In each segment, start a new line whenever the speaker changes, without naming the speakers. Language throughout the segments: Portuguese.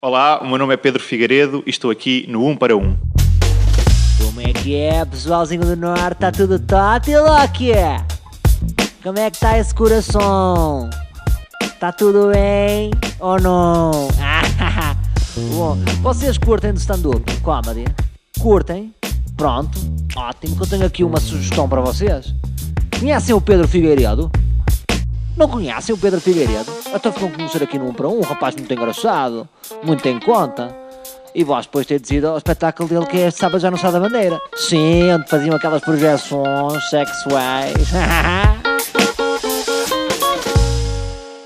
Olá, o meu nome é Pedro Figueiredo e estou aqui no 1 para 1.
Como é que é, pessoalzinho do norte? Tá tudo top, Loki? Como é que tá esse coração? Tá tudo bem ou não? Bom, vocês curtem de stand-up comedy? Curtem? Pronto, ótimo que eu tenho aqui uma sugestão para vocês. Conhecem o Pedro Figueiredo? Não conhecem o Pedro Figueiredo? Até ficam a conhecer aqui num para um, um rapaz muito engraçado, muito em conta. E vós depois teres ido ao espetáculo dele que é este sábado já não sai da bandeira. Sim, onde faziam aquelas projeções sexuais.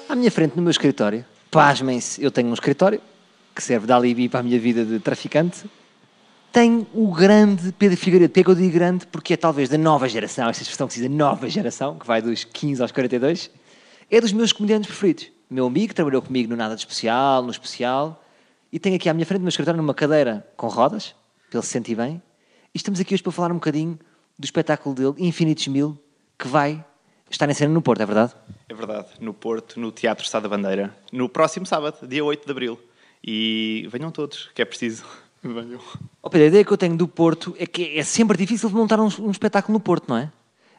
à minha frente, no meu escritório, pasmem-se, eu tenho um escritório que serve de alibi para a minha vida de traficante. Tem o grande Pedro Figueiredo. Porquê que eu digo grande? Porque é talvez da nova geração, esta expressão que se diz da nova geração, que vai dos 15 aos 42 é dos meus comediantes preferidos. Meu amigo trabalhou comigo no Nada de Especial, no Especial, e tenho aqui à minha frente no meu escritório numa cadeira com rodas, para ele se sentir bem, e estamos aqui hoje para falar um bocadinho do espetáculo dele, Infinitos Mil, que vai estar em cena no Porto, é verdade?
É verdade, no Porto, no Teatro Estado da Bandeira, no próximo sábado, dia 8 de Abril. E venham todos, que é preciso. Venham.
Oh, Pedro, a ideia que eu tenho do Porto é que é sempre difícil de montar um, um espetáculo no Porto, não é?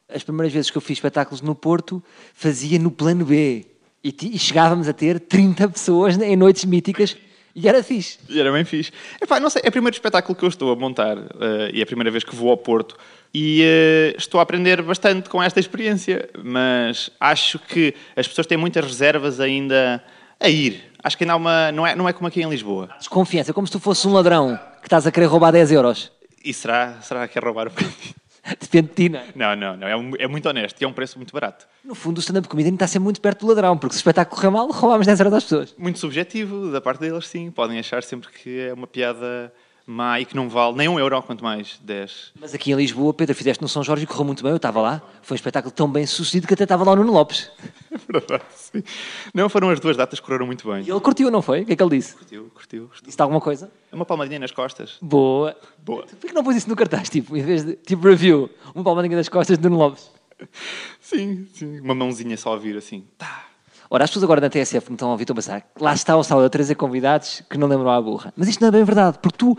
as primeiras vezes que eu fiz espetáculos no Porto, fazia no plano B. E, ti- e chegávamos a ter 30 pessoas em noites míticas e era fixe.
E era bem fixe. Epá, não sei, é o primeiro espetáculo que eu estou a montar eh, e é a primeira vez que vou ao Porto e eh, estou a aprender bastante com esta experiência, mas acho que as pessoas têm muitas reservas ainda a ir. Acho que ainda há uma. Não é, não é como aqui em Lisboa.
Desconfiança, como se tu fosses um ladrão que estás a querer roubar 10 euros.
E será, será que é roubar um bocadinho?
Depende de ti, não é?
Não, não, não. É, um- é muito honesto e é um preço muito barato.
No fundo, o stand-up comedian está a ser muito perto do ladrão, porque se o espetáculo correr mal, roubámos 10 euros das pessoas.
Muito subjetivo da parte deles, sim. Podem achar sempre que é uma piada má e que não vale nem um euro, quanto mais 10.
Mas aqui em Lisboa, Pedro, fizeste no São Jorge e correu muito bem, eu estava lá. Foi um espetáculo tão bem sucedido que até estava lá o Nuno Lopes.
É verdade, sim. Não, foram as duas datas que correram muito bem.
E ele curtiu, não foi? O que é que ele disse?
Curtiu, curtiu. gostou.
Disse-te alguma coisa?
É uma palmadinha nas costas.
Boa.
Boa.
Por que não pôs isso no cartaz, tipo, em vez de, tipo, review, uma palmadinha das costas de Nuno Lopes?
Sim, sim. Uma mãozinha só a vir assim. Tá.
Ora, as pessoas agora da TSF que me estão a ouvir estão a pensar, lá está o sábado a 13 convidados que não lembram a burra. Mas isto não é bem verdade, porque tu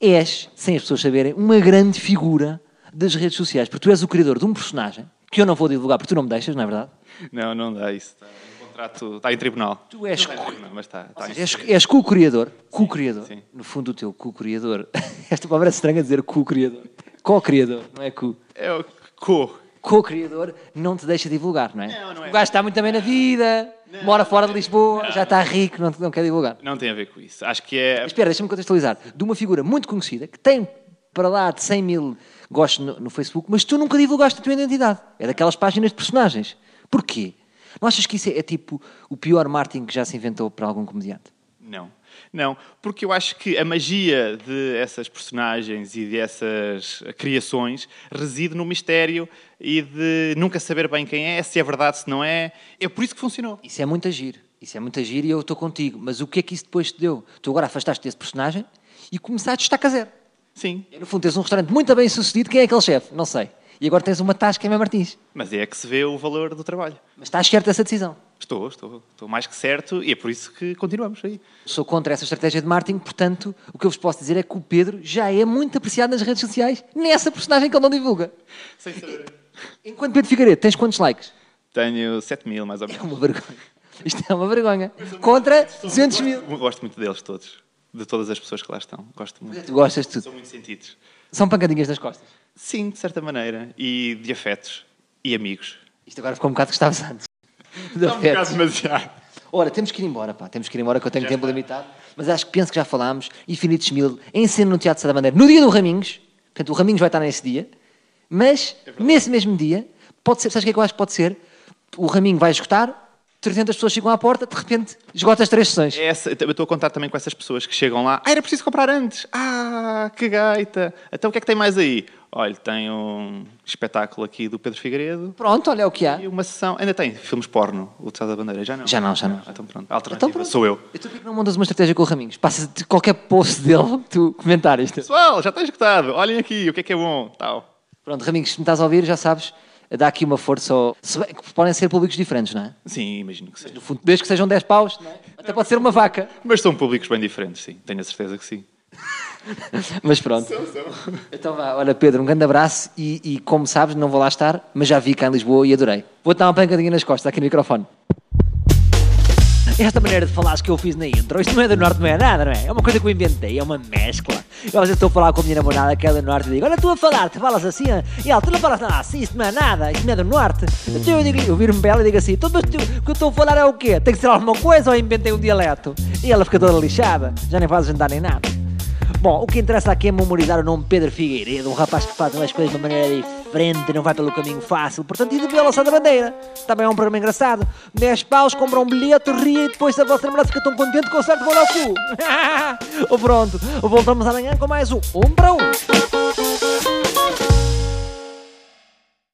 és, sem as pessoas saberem, uma grande figura das redes sociais, porque tu és o criador de um personagem que eu não vou divulgar porque tu não me deixas, não é verdade?
Não, não dá isso. Está em contrato. Está em tribunal.
Tu és
Não é em tribunal, mas está. está em-
És, és co-criador, co-criador,
sim.
no fundo o teu co-criador, esta palavra é estranha dizer co-criador, co-criador, não é co
É o co.
co-criador não te deixa divulgar, não é?
Não, não é.
O gajo está muito bem na vida, mora fora de Lisboa, já
é.
está rico, não, não quer divulgar.
Não tem a ver com isso. Acho que é.
Espera, deixa-me contextualizar. De uma figura muito conhecida, que tem para lá de 100 mil gostos no, no Facebook, mas tu nunca divulgaste a tua identidade. É daquelas páginas de personagens. Porquê? Não achas que isso é, é tipo o pior marketing que já se inventou para algum comediante?
Não. Não, porque eu acho que a magia de essas personagens e dessas criações reside no mistério e de nunca saber bem quem é, se é verdade, se não é. É por isso que funcionou.
Isso é muito agir. Isso é muito agir e eu estou contigo. Mas o que é que isso depois te deu? Tu agora afastaste desse personagem e começaste a destacar zero.
Sim,
E no fundo tens um restaurante muito bem sucedido. Quem é aquele chefe? Não sei. E agora tens uma tasca em M. Martins.
mas é que se vê o valor do trabalho.
Mas estás certo dessa decisão.
Estou, estou, estou mais que certo e é por isso que continuamos aí.
Sou contra essa estratégia de marketing, portanto, o que eu vos posso dizer é que o Pedro já é muito apreciado nas redes sociais, nessa personagem que ele não divulga.
Sem saber.
Enquanto Pedro Figueiredo, tens quantos likes?
Tenho 7 mil, mais ou
É
menos.
uma vergonha. Isto é uma vergonha. Contra 200 mil.
Gosto muito deles todos, de todas as pessoas que lá estão. Gosto muito.
é Tu gostas de tudo.
São muito sentidos.
São pancadinhas nas costas.
Sim, de certa maneira. E de afetos. E amigos.
Isto agora ficou um bocado Gustavo Santos.
Está um bocado demasiado.
Ora, temos que ir embora, pá. Temos que ir embora, que eu tenho tempo limitado. Mas acho que penso que já falámos. Infinitos Mil, em cena no Teatro Sá da Bandeira, no dia do Raminhos. Portanto, o Raminhos vai estar nesse dia. Mas,
É
nesse mesmo dia, pode ser... Sabes o que é que eu acho que pode ser? O Raminho vai esgotar, 300 pessoas chegam à porta, de repente, esgota as três sessões.
É essa- eu estou a contar também com essas pessoas que chegam lá. Ah, era preciso comprar antes. Ah, que gaita. Então o que é que tem mais aí? Olha, tem um espetáculo aqui do Pedro Figueiredo
Pronto, olha é o que há.
e uma sessão. Ainda tem filmes porno, o Teatro da Bandeira. Já não.
Já não, já não.
Então pronto. A alternativa
Então pronto.
sou eu.
Então por que não mandas uma estratégia com o Raminhos? Passa de qualquer post dele, tu comentários.
Pessoal, já está escutado. Olhem aqui, o que é que é bom. Tal.
Pronto, Raminhos, se me estás a ouvir, já sabes, dá aqui uma força ao... se bem que podem ser públicos diferentes, não é?
Sim, imagino que seja.
No fundo, desde que sejam 10 paus, não é? até pode ser uma vaca.
Mas são públicos bem diferentes, sim. Tenho a certeza que sim.
Mas pronto. Então vá, olha Pedro, um grande abraço e, e como sabes, não vou lá estar, mas já vi cá em Lisboa e adorei. Vou-te dar uma pancadinha nas costas aqui no microfone. Esta maneira de falares que eu fiz na intro, isto não é do Norte, não é nada, não é? É uma coisa que eu inventei, é uma mescla. Eu às vezes estou a falar com a minha namorada que é do Norte e digo, olha tu a falar, te falas assim, ah?" e ela, tu não falas nada assim, isto não é nada, isto não é do Norte. Então eu, digo, eu viro-me para ela e digo assim, "Então, mas tu, o que eu estou a falar é o quê? Tem que ser alguma coisa ou inventei um dialeto? E ela fica toda lixada, já nem faz jantar nem nada. Bom, o que interessa aqui é memorizar o nome Pedro Figueiredo, um rapaz que faz as coisas de uma maneira diferente, não vai pelo caminho fácil, portanto, e de viola da bandeira. Também é um programa engraçado. 10 paus, compra um bilhete, ria e depois a vossa namorada fica tão contente que o certo vou ao cu. Pronto, voltamos amanhã com mais um Um para Um.